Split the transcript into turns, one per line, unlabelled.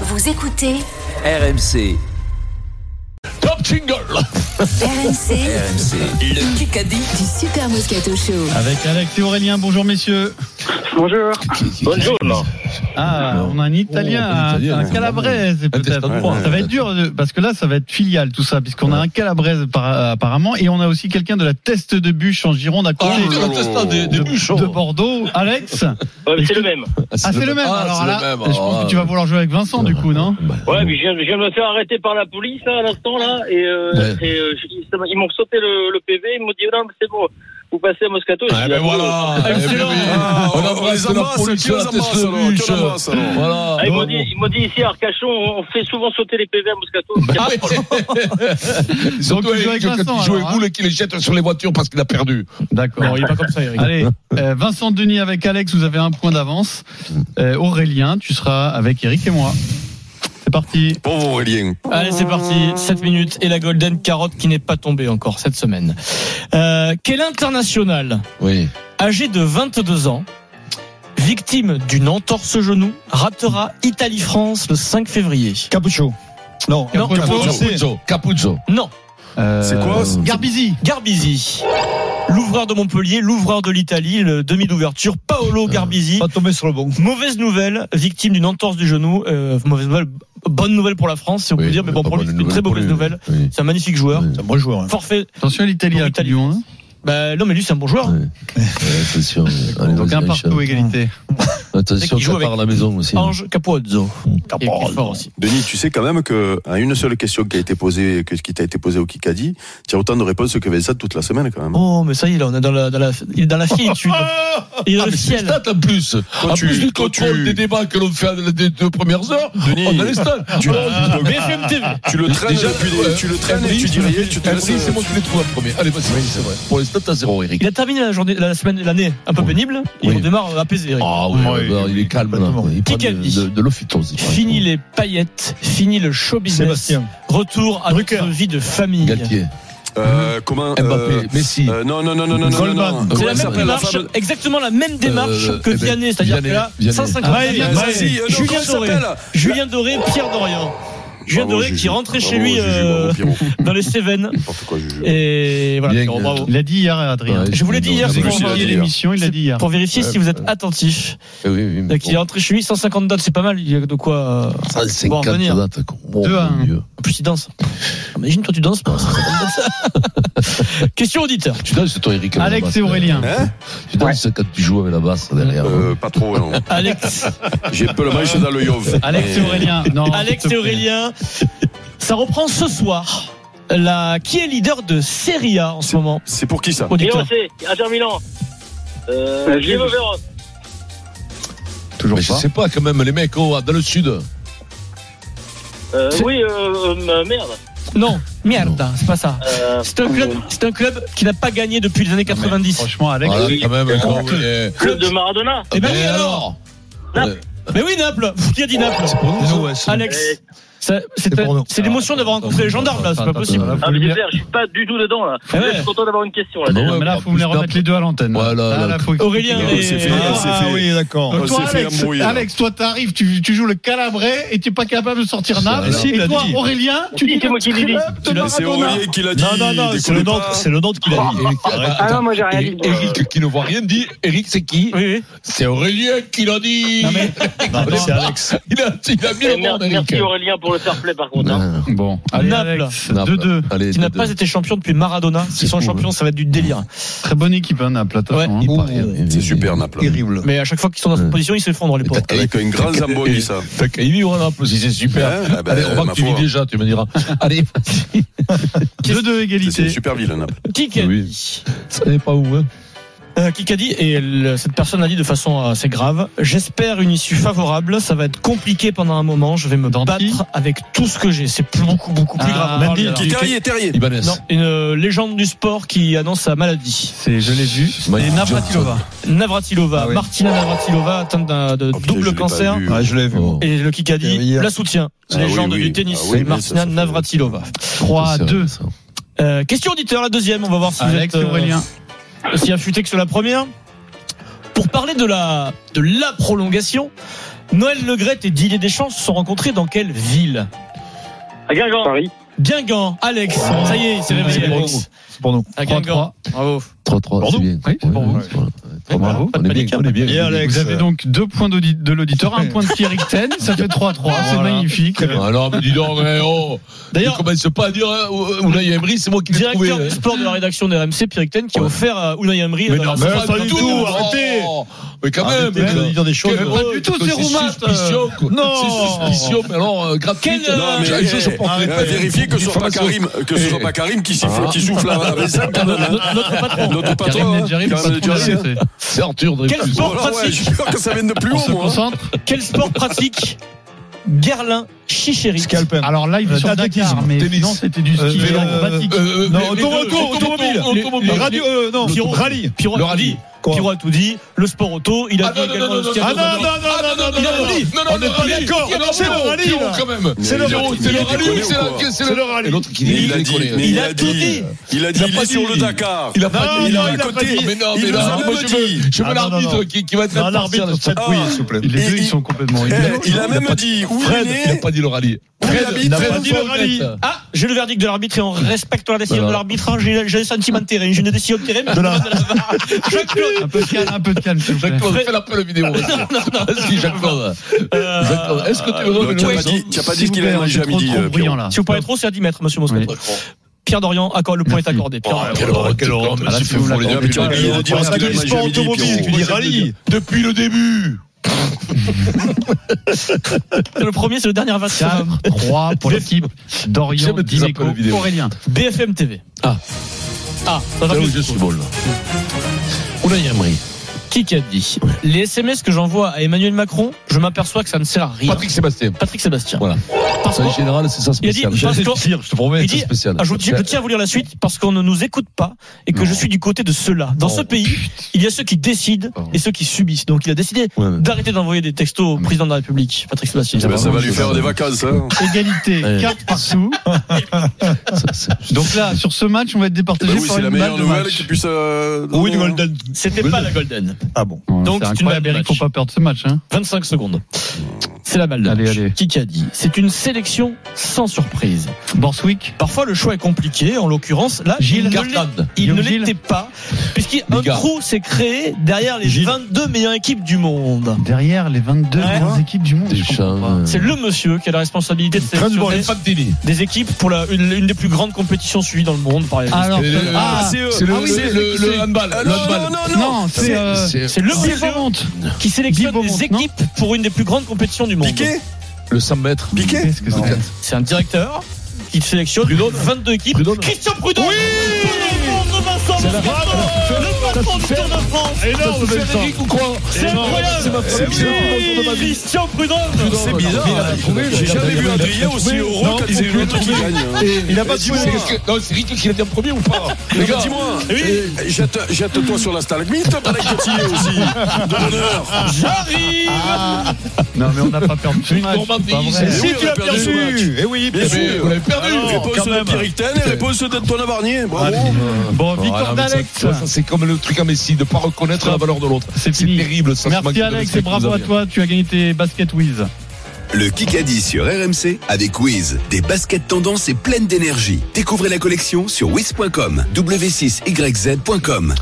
Vous écoutez
RMC,
Top Jingle
RMC
RMC, le Kikadi.
du Super Moscato Show.
Avec Alex et Aurélien, bonjour messieurs.
Bonjour.
Bonjour
Ah, on a un Italien, un, un Calabrese peut-être.
Intestin de proie.
Ça va être dur de- parce que là, ça va être filial tout ça, puisqu'on a un Calabrese par- apparemment et on a aussi quelqu'un de la Teste de Bûche en Gironde à
Ah,
côté.
l'intestin des,
de,
des bûches
de Bordeaux, Alex.
Ouais, mais c'est le même.
Ah, c'est le même.
Ah,
Alors
c'est
là,
le même.
je pense
Ah,
que tu vas vouloir jouer avec Vincent du coup, non
Ouais, mais je viens, je viens de me faire arrêter par la police là, à l'instant là, et, euh,
Ouais.
et, euh, je- ils ça m'a- ils m'ont sauté le, le PV, ils m'ont dit non, mais c'est bon, vous passez à Moscato.
Ah, ben voilà Eh ben
Excellent.
oui.
Ah,
On
on
embrasse
les
la
amasse,
police,
qui les
la
amasse,
teste de
alors Qui
bûche.
les amasse, alors
Voilà
Ah, ils m'ont dit, ils m'ont dit ici à Arcachon, on fait souvent sauter les PV à Moscato.
Ah oui. Surtout
tu joues avec
Eric, quand
Vincent,
il joue
alors, hein.
les boules et qu'il les jette sur les voitures parce qu'il a perdu.
D'accord.
pas comme ça, Eric.
Allez, euh, Vincent Denis avec Alex, vous avez un point d'avance. Euh, Aurélien, tu seras avec Eric et moi. C'est parti.
Pauvre Aurélien.
Allez, c'est parti. 7 minutes et la Golden Carotte qui n'est pas tombée encore cette semaine. Euh, quel international,
Oui.
âgé de 22 ans, victime d'une entorse genou, ratera Italie-France le 5 février
Capucho. Non,
Non,
Capucho, Oh, c'est-
Capuzzo, Capuzzo.
Non,
Euh,
C'est quoi, ce-
Garbizi.
Garbizi. L'ouvreur de Montpellier, l'ouvreur de l'Italie, le demi d'ouverture,
Euh,
Paolo Garbizi.
tomber sur le bon.
Mauvaise nouvelle, victime d'une entorse du genou. euh, mauvaise nouvelle, bonne nouvelle pour la France, si on peut
Oui,
dire, mais bon,
pas
pour lui,
bonne
c'est une très mauvaise
pour lui.
nouvelle.
Oui.
C'est un magnifique joueur.
Oui.
Moi, joueur.
Forfait.
Attention à l'Italie, à hein. la Coupe
Italie.
du Monde.
Bah, non, mais lui, c'est un bon joueur.
Ouais. Ouais, Attention. Allez,
Donc
vas-y,
un
Richard.
partout égalité.
Attention,
Il joue
ça
avec-
part à la maison aussi.
Ange Capozzo. Qui est fort aussi.
Denis, tu sais quand même que à une seule question qui a été posée, que, qui t'a été posée au Kikadi, tu as autant de réponses que Vincent toute la semaine quand même.
Oh, mais ça y est, là, on est dans la, dans la, il est dans la fiétude. Il est dans
Ah,
le
mais c'est les
ciel.
stats en plus. en
tu-
plus du
quand
contrôle
tu-
des débats que l'on fait des deux premières heures,
Denis,
on a les stats.
tu-
Alors,
BFM TV.
Tu le traînes
Déjà,
depuis-
ouais,
tu le traînes et
Henry,
tu dis rien, tu te
Henry,
laisses- euh,
c'est moi qui l'ai trouvé en premier. Allez, vas-y. c'est vrai. Pour les stats, à zéro, Eric.
Il a terminé la journée, la semaine, l'année un peu pénible. Il
Oui.
redémarre apaisé, Eric.
Ah oui,
Ouais,
bah, il est calme là.
complètement.
Il prend
Kikadi.
de, de, de l'ophytose. il prend.
Fini les paillettes, fini le show business. Retour à notre vie de famille.
Galtier,
Euh, comment
Mbappé,
euh,
Messi.
euh, non, non, non, non, non, non,
Goldman.
non, non.
C'est
Comment
la
elle
même
s'appelle, la
démarche,
femme
exactement la même démarche
euh,
que
eh ben,
Vianney, c'est-à-dire que là,
Vianney, Vianney.
150
Ah,
Vianney,
Vianney,
Vianney,
Vas-y, euh, non, comment
Julien
elle
Doré,
s'appelle
Julien Doré, Pierre Dorian. Julien
Bravo,
Doré
Juju.
qui rentrait chez
Bravo,
lui
Juju,
euh,
bravo, Pierrot.
dans les Cévennes.
N'importe quoi, Juju.
Et voilà,
Bien,
Pierrot,
euh,
bravo.
Il l'a dit hier, Adrien.
Ouais,
Je vous l'ai dit hier,
c'est
Vous
pour
suiviez
ça.
l'émission, il l'a dit hier.
Pour vérifier
Ouais,
si vous êtes
ouais.
attentif.
Eh Oui, oui, mais
Donc il est rentré chez lui, 150 dates, c'est pas mal, il y a de quoi. euh,
bon, 150
pouvoir venir.
dates. quoi. Oh,
Deux à
mon
un.
Dieu.
En plus, il danse. Imagine, toi, tu danses pas. 150 dates. Question auditeur.
Tu danses toi, Eric. avec la
Alex
basse,
et Aurélien.
Hein
euh, Tu danses quand tu joues avec la basse derrière.
Euh, Pas trop, non.
Alex,
J'ai peu le manche dans le Yov.
Alex et Aurélien. Non,
Alex
Oh, s'il te plaît.
et Aurélien, ça reprend ce soir. La... Qui est leader de Serie A en ce moment
C'est pour qui ça
Et on
Auditeur.
sait, Inter Milan. Euh,
Euh,
Jim Overhoff.
Mais je sais pas quand même, les mecs, oh, dans le sud.
Euh,
C'est-
oui, euh, euh, merde.
Non, merde, c'est pas ça.
Euh,
C'est un club, c'est un club qui n'a pas gagné depuis les années 90.
Ah, Franchement, Alex.
Voilà,
oui.
quand même.
Euh,
oh, ouais.
club de Maradona.
Eh ben
Mais
oui, alors. Naples. Mais oui, Naples. Pff, Qui a
Oh,
dit Naples
C'est pour nous, ouais,
Eh,
Alex, ça- c'est
pour nous. Ah,
c'est l'émotion d'avoir rencontré les gendarmes là, c'est pas
Attends,
possible.
attends,
Ah, mais
Faut lui
j'espère, je suis pas du tout dedans là.
Ah ouais.
Je suis content d'avoir une question là.
Ah,
déjà.
ouais,
Mais là,
bah,
faut me
plus
les remettre
tard.
les deux à l'antenne. hein. Ah,
Ouais, là,
Là,
là,
là, faut-
Aurélien
Non, c'est
et
fait, c'est
Ah
fait.
oui, d'accord.
On
Donc toi,
s'est fait
Alex,
embrouiller, là.
Alex, toi, t'arrives, tu, tu joues le Calabrais et t'es pas capable de sortir Naples.
Si,
et toi, Aurélien, tu
Si,
dis
c'est moi qui l'ai dit. Eh,
club de
Mais c'est
Maradona.
Aurélien qui l'a dit. déconnez pas.
le Nantes qui
Ah, Eric,
Ah non, moi j'ai rien dit.
Eric, Eric qui ne voit rien dit. Eric, c'est qui
Oui, oui.
C'est Aurélien qui l'a dit.
Non, mais-
c'est Alex. Il a, il a mis
Eh,
le
mer-
monde, Eric.
Merci Aurélien pour le fair play par contre. hein.
Bon, allez,
Naples.
Alex,
Naples.
2-2.
Allez,
Qui n'a
deux,
pas
deux.
été champion depuis Maradona.
C'est
S'ils sont
fou,
champions, ça va être du délire.
Très bonne équipe, hein, Naples. attention,
Ouais.
hein.
Oh,
Paris,
oui,
C'est
oui,
super,
oui.
Naples.
Terrible.
Mais à chaque fois qu'ils sont dans cette
Ouais.
position, ils se font dans les
Mais
pauvres.
t'as-
Avec un grand Zamboni, ça.
T'as qu'à y vivre, Naples, si c'est super.
Hein Ah ben,
Allez,
ma
remarque, tu vis
foi.
déjà, tu me diras. Allez,
2-2
C'est une
égalité.
super ville, Naples.
Qui a
Oui.
dit
ça n'est pas où, hein.
Euh, qui a dit Et le- cette personne a dit de façon assez grave J'espère une issue favorable. Ça va être compliqué pendant un moment. Je vais me
Danti
battre avec tout ce que j'ai. C'est plus- beaucoup, beaucoup plus
Ah,
grave.
Mendy,
Parle, alors.
qui-
Terrier, Terrier.
Ibanez.
Non, une euh, légende du sport qui annonce sa maladie.
C'est, je l'ai vu.
Mike
Et Navratilova.
Navratilova,
Ah oui.
Martina Navratilova, atteinte d'un de
Oh, putain, je
double
l'ai pas
cancer.
vu.
je l'ai
Oh.
Et le Kikadi
Hier.
la soutient.
Ah oui,
légende
oui.
du tennis,
Ah oui, oui, ça,
Martina
ça fait-
Navratilova.
3
C'est
2.
vrai, ça.
Euh, question auditeur, la deuxième. On va voir si
Alex
vous
et
êtes euh,
Aurélien.
aussi affûté que sur la première. Pour parler de la, de la prolongation, Noël Legret et Didier Deschamps se sont rencontrés dans quelle ville
À Guingamp.
Paris.
Guingamp, Alex. Ça y est, c'est réveillé,
C'est pour
Alex.
C'est pour nous.
À Guingamp.
3-3.
Bravo.
3-3,
Bordeaux
c'est bien.
Oui, c'est pour vous.
Bravo,
pas de panique, hein,
on est bien.
Et
on est bien.
Alex
Vous
Euh,
avez donc deux points d'audi- de l'auditeur, un point de Pierre Ten, ça fait 3-3, c'est
Voilà.
magnifique.
Ah non, mais dis donc, eh, oh, tu
D'ailleurs,
commences pas à dire, hein, Unai Emery, c'est moi qui l'ai trouvé.
directeur du
hein.
sport de la rédaction de RMC, Pierre Ten, qui a offert à Unai Emery.
Mais
dans
non,
la-
mais
pas
pas
du
du
tout,
tout,
arrêtez.
oh, Mais quand même,
Arrêtez de dire des choses.
Quel-
Pas du tout, c'est Roumat.
suspicion, quoi.
Non.
C'est suspicion, mais alors, euh, gratuite.
Quel,
Non, mais,
Je- je- je
eh,
porterai
eh, vérifiez que ce soit pas
Information.
Karim, que ce soit pas Karim qui siffle,
Ah.
qui souffle à la vaisselle. quand même, hein.
Notre patron.
Notre
Karim
patron. hein.
Nedjari, le
Karim
patron de
Nedjari.
la RMC.
C'est Arthur
Quel
Dreyfus.
sport
Voilà, ouais,
pratique
j'ai peur que ça vienne de plus
On
haut,
se
moi.
concentre.
Quel sport pratique Gerlin Chicheri.
Scalpel.
Alors là, il est
Euh,
sur
d'athlétisme,
Dakar, mais
tennis.
non, c'était du ski
Euh,
acrobatique.
Euh, euh,
Non,
les- les deux,
automoto, automobile.
automobile.
Les-
Radio, euh, non,
Pierrot.
rallye.
Pierrot
Le
a tout
rallye.
dit. Pierrot a tout dit. Le sport auto. Il a
Ah
dit
non, non,
également
non,
le
non,
skier
non,
Ah
de
non,
rallye.
non, non, non, non,
Il a
non,
tout dit.
Non, non,
On n'est
le
pas
rallye.
d'accord.
Non, non,
C'est le
non,
rallye,
Pierrot,
là.
quand même.
C'est le
Pierrot,
rallye.
C'est
Il
le
a
rallye,
déconné
c'est
ou
la-
quoi
que-
C'est
c'est la-
le rallye.
Et l'autre qui dit,
Il a dit,
déconné.
mais
Il a tout dit.
Il a dit,
Il a
il
pas
est sur
dit.
le Dakar.
Il a
Non,
pas dit.
il
Il
a-
est à
il a pas
côté.
dit.
Mais non,
Il
mais
nous
là,
a
moi,
même
je veux,
dit.
Ah,
je veux
non, non,
l'arbitre
non.
qui, qui va être
Non, l'arbitre,
impartial.
cette
Ah.
couille, s'il vous plaît.
Les
Et
deux,
il-
ils sont complètement
Eh,
idiotants.
Il a même dit où
Fred,
il
il n'a
est,
pas dit le rallye.
où il habite.
n'a pas dit le rallye.
Ah, j'ai le verdict de l'arbitre et on respecte la décision
Voilà.
de l'arbitre. hein. J'ai j'ai le sentiment de terrain. J'ai une décision de terrain. mais
De la-
je demande la VAR. Jacques-Claude,
Un peu de calme, un peu de calme, s'il vous plaît.
Jacques-Claude, fais l'appel vidéo. Vas-y, Jacques-Claude.
euh,
Jacques-Claude, Est-ce que tu
Non,
veux
tu as
le
pas dit- tu as pas dit ce qu'il allait
Super,
manger
c'est
à
trop,
midi.
trop
euh,
brillant
Pierrot.
là.
Si vous parlez trop, c'est à 10 mètres, monsieur Moscato.
Oui.
Pierre Dorian, accord, le point est accordé. Pierre Dorian.
Ah, Oh, Quel homme, quel homme.
Ah, là,
Il
c'est
s'est
vous,
fait
là.
voler
Ah, mais tu as
depuis
oublié
le
de dire
début.
ce qu'il allait manger à
Sport
midi,
automobile,
Pierrot.
tu dis rallye.
Depuis le début.
C'est le premier, c'est le dernier vaccin.
4, 3 pour l'équipe Dorian,
J'aime tes
Dimeco,
appels vidéo.
Aurélien.
BFM TV.
Ah.
Ah, ça va
Là où
plus.
je suis bol. Oulay Emery.
Qui qui a dit Les SMS que j'envoie à Emmanuel Macron, je m'aperçois que ça ne sert à rien.
Patrick Sébastien.
Patrick Sébastien.
Voilà.
Parce
Ça,
qu'on-
en général, c'est ça spécial.
Il a dit, parce
J'allais
qu'on-
le dire, je te promets,
il
c'est
dit-
spécial.
Ah, je, je tiens à vous lire la suite parce qu'on ne nous écoute pas et que
Non.
je suis du côté de ceux-là. Dans
Oh,
ce pays, il y a ceux qui décident
Oh.
et ceux qui subissent. Donc il a décidé
Ouais, ouais.
d'arrêter d'envoyer des textos au
Mais-
président de la République, Patrick Sébastien.
Eh ben, Ça va
Je
lui faire
sais.
des vacances. hein.
Égalité,
Ouais.
4 partout.
Ça, c'est-
Donc là, sur ce match, on va être départagé
Ben oui,
par
c'est la
une
meilleure
balle de
nouvelle qui
match.
puisse. euh,
Oui, du Golden.
Oh. C'était pas la Golden.
Ah bon.
Donc,
c'est
c'est une
incroyable,
balle de
il faut
match.
pas perdre ce match. Hein.
25 secondes. C'est la balle de
Allez,
match.
allez.
Qui qui a dit C'est une sélection sans surprise.
Borswick,
Parfois, le choix est compliqué. En l'occurrence, là, il
Gilles
ne l'est-
Gartland.
il ne
Guillaume Gilles.
l'était pas, puisqu'un
Bigard.
trou s'est créé derrière les
Gilles.
22 meilleures équipes du monde.
derrière les 22
Ouais.
meilleures équipes du monde. je comprends pas.
Deschamps.
C'est le monsieur qui a la responsabilité de sélectionner
Infantini.
des équipes pour la, une, une des plus grandes compétitions suivies dans le monde par les
Alors,
Et le-
ah,
c'est eux.
C'est
Ah
le-
oui,
c'est le
c'est-
le handball.
Ah
le
non,
handball.
non, non, non.
non, c'est euh,
c'est le
Guy
monsieur
Beaumont.
qui
Guy
sélectionne
Beaumont,
des
non
équipes pour une des plus grandes compétitions du monde.
Piqué
Le 100 mètres.
Piqué
Qu'est-ce que c'est
C'est un directeur qui sélectionne 22 équipes.
Prud'homme.
Christian Prudhomme Tour de France de Vincent
C'est la-
Moscato, Le patron du Tour de France
Énorme, Vincent.
Frédéric ou quoi
C'est incroyable
C'est bizarre.
Oui, Christian Prudhomme
C'est bizarre.
hein. J'ai jamais vu Adrien aussi heureux quand il est l'autre qui gagne. hein.
Eh,
Il a pas
Dis-moi,
trouvé.
qu'est-ce que- Non, c'est Rick qui l'a dit en premier ou pas Les
Mais
gars,
Dis-moi,
Oui.
eh, jette- jette-toi sur la stalagmite, pendant que tu y es aussi. De l'honneur.
J'arrive
Non, mais on n'a pas perdu ce match.
Normandie,
c'est pas vrai.
c'est-
Si,
on
tu
a
l'as
Ah, perdu ce
perdu. Eh oui,
Bien
mais
sûr.
vous l'avez perdu.
Alors,
Réponse
quand
de
même.
Pierre et réponse d'Antoine Barnier.
Ah,
Bravo.
putain.
Bon,
Ah,
victoire
non, mais ça,
d'Alex.
tu vois, ça, C'est comme le truc à Messi, de ne pas reconnaître la valeur de l'autre.
C'est
C'est
fini.
terrible, ça. ce manque
Merci
de
Alex
respect
et
que vous
bravo à
avez.
toi, tu as gagné tes baskets whiz.
Le Kikadi sur RMC avec Wiz. Des baskets tendances et pleines d'énergie. Découvrez la collection sur wiz.com, w6yz.com.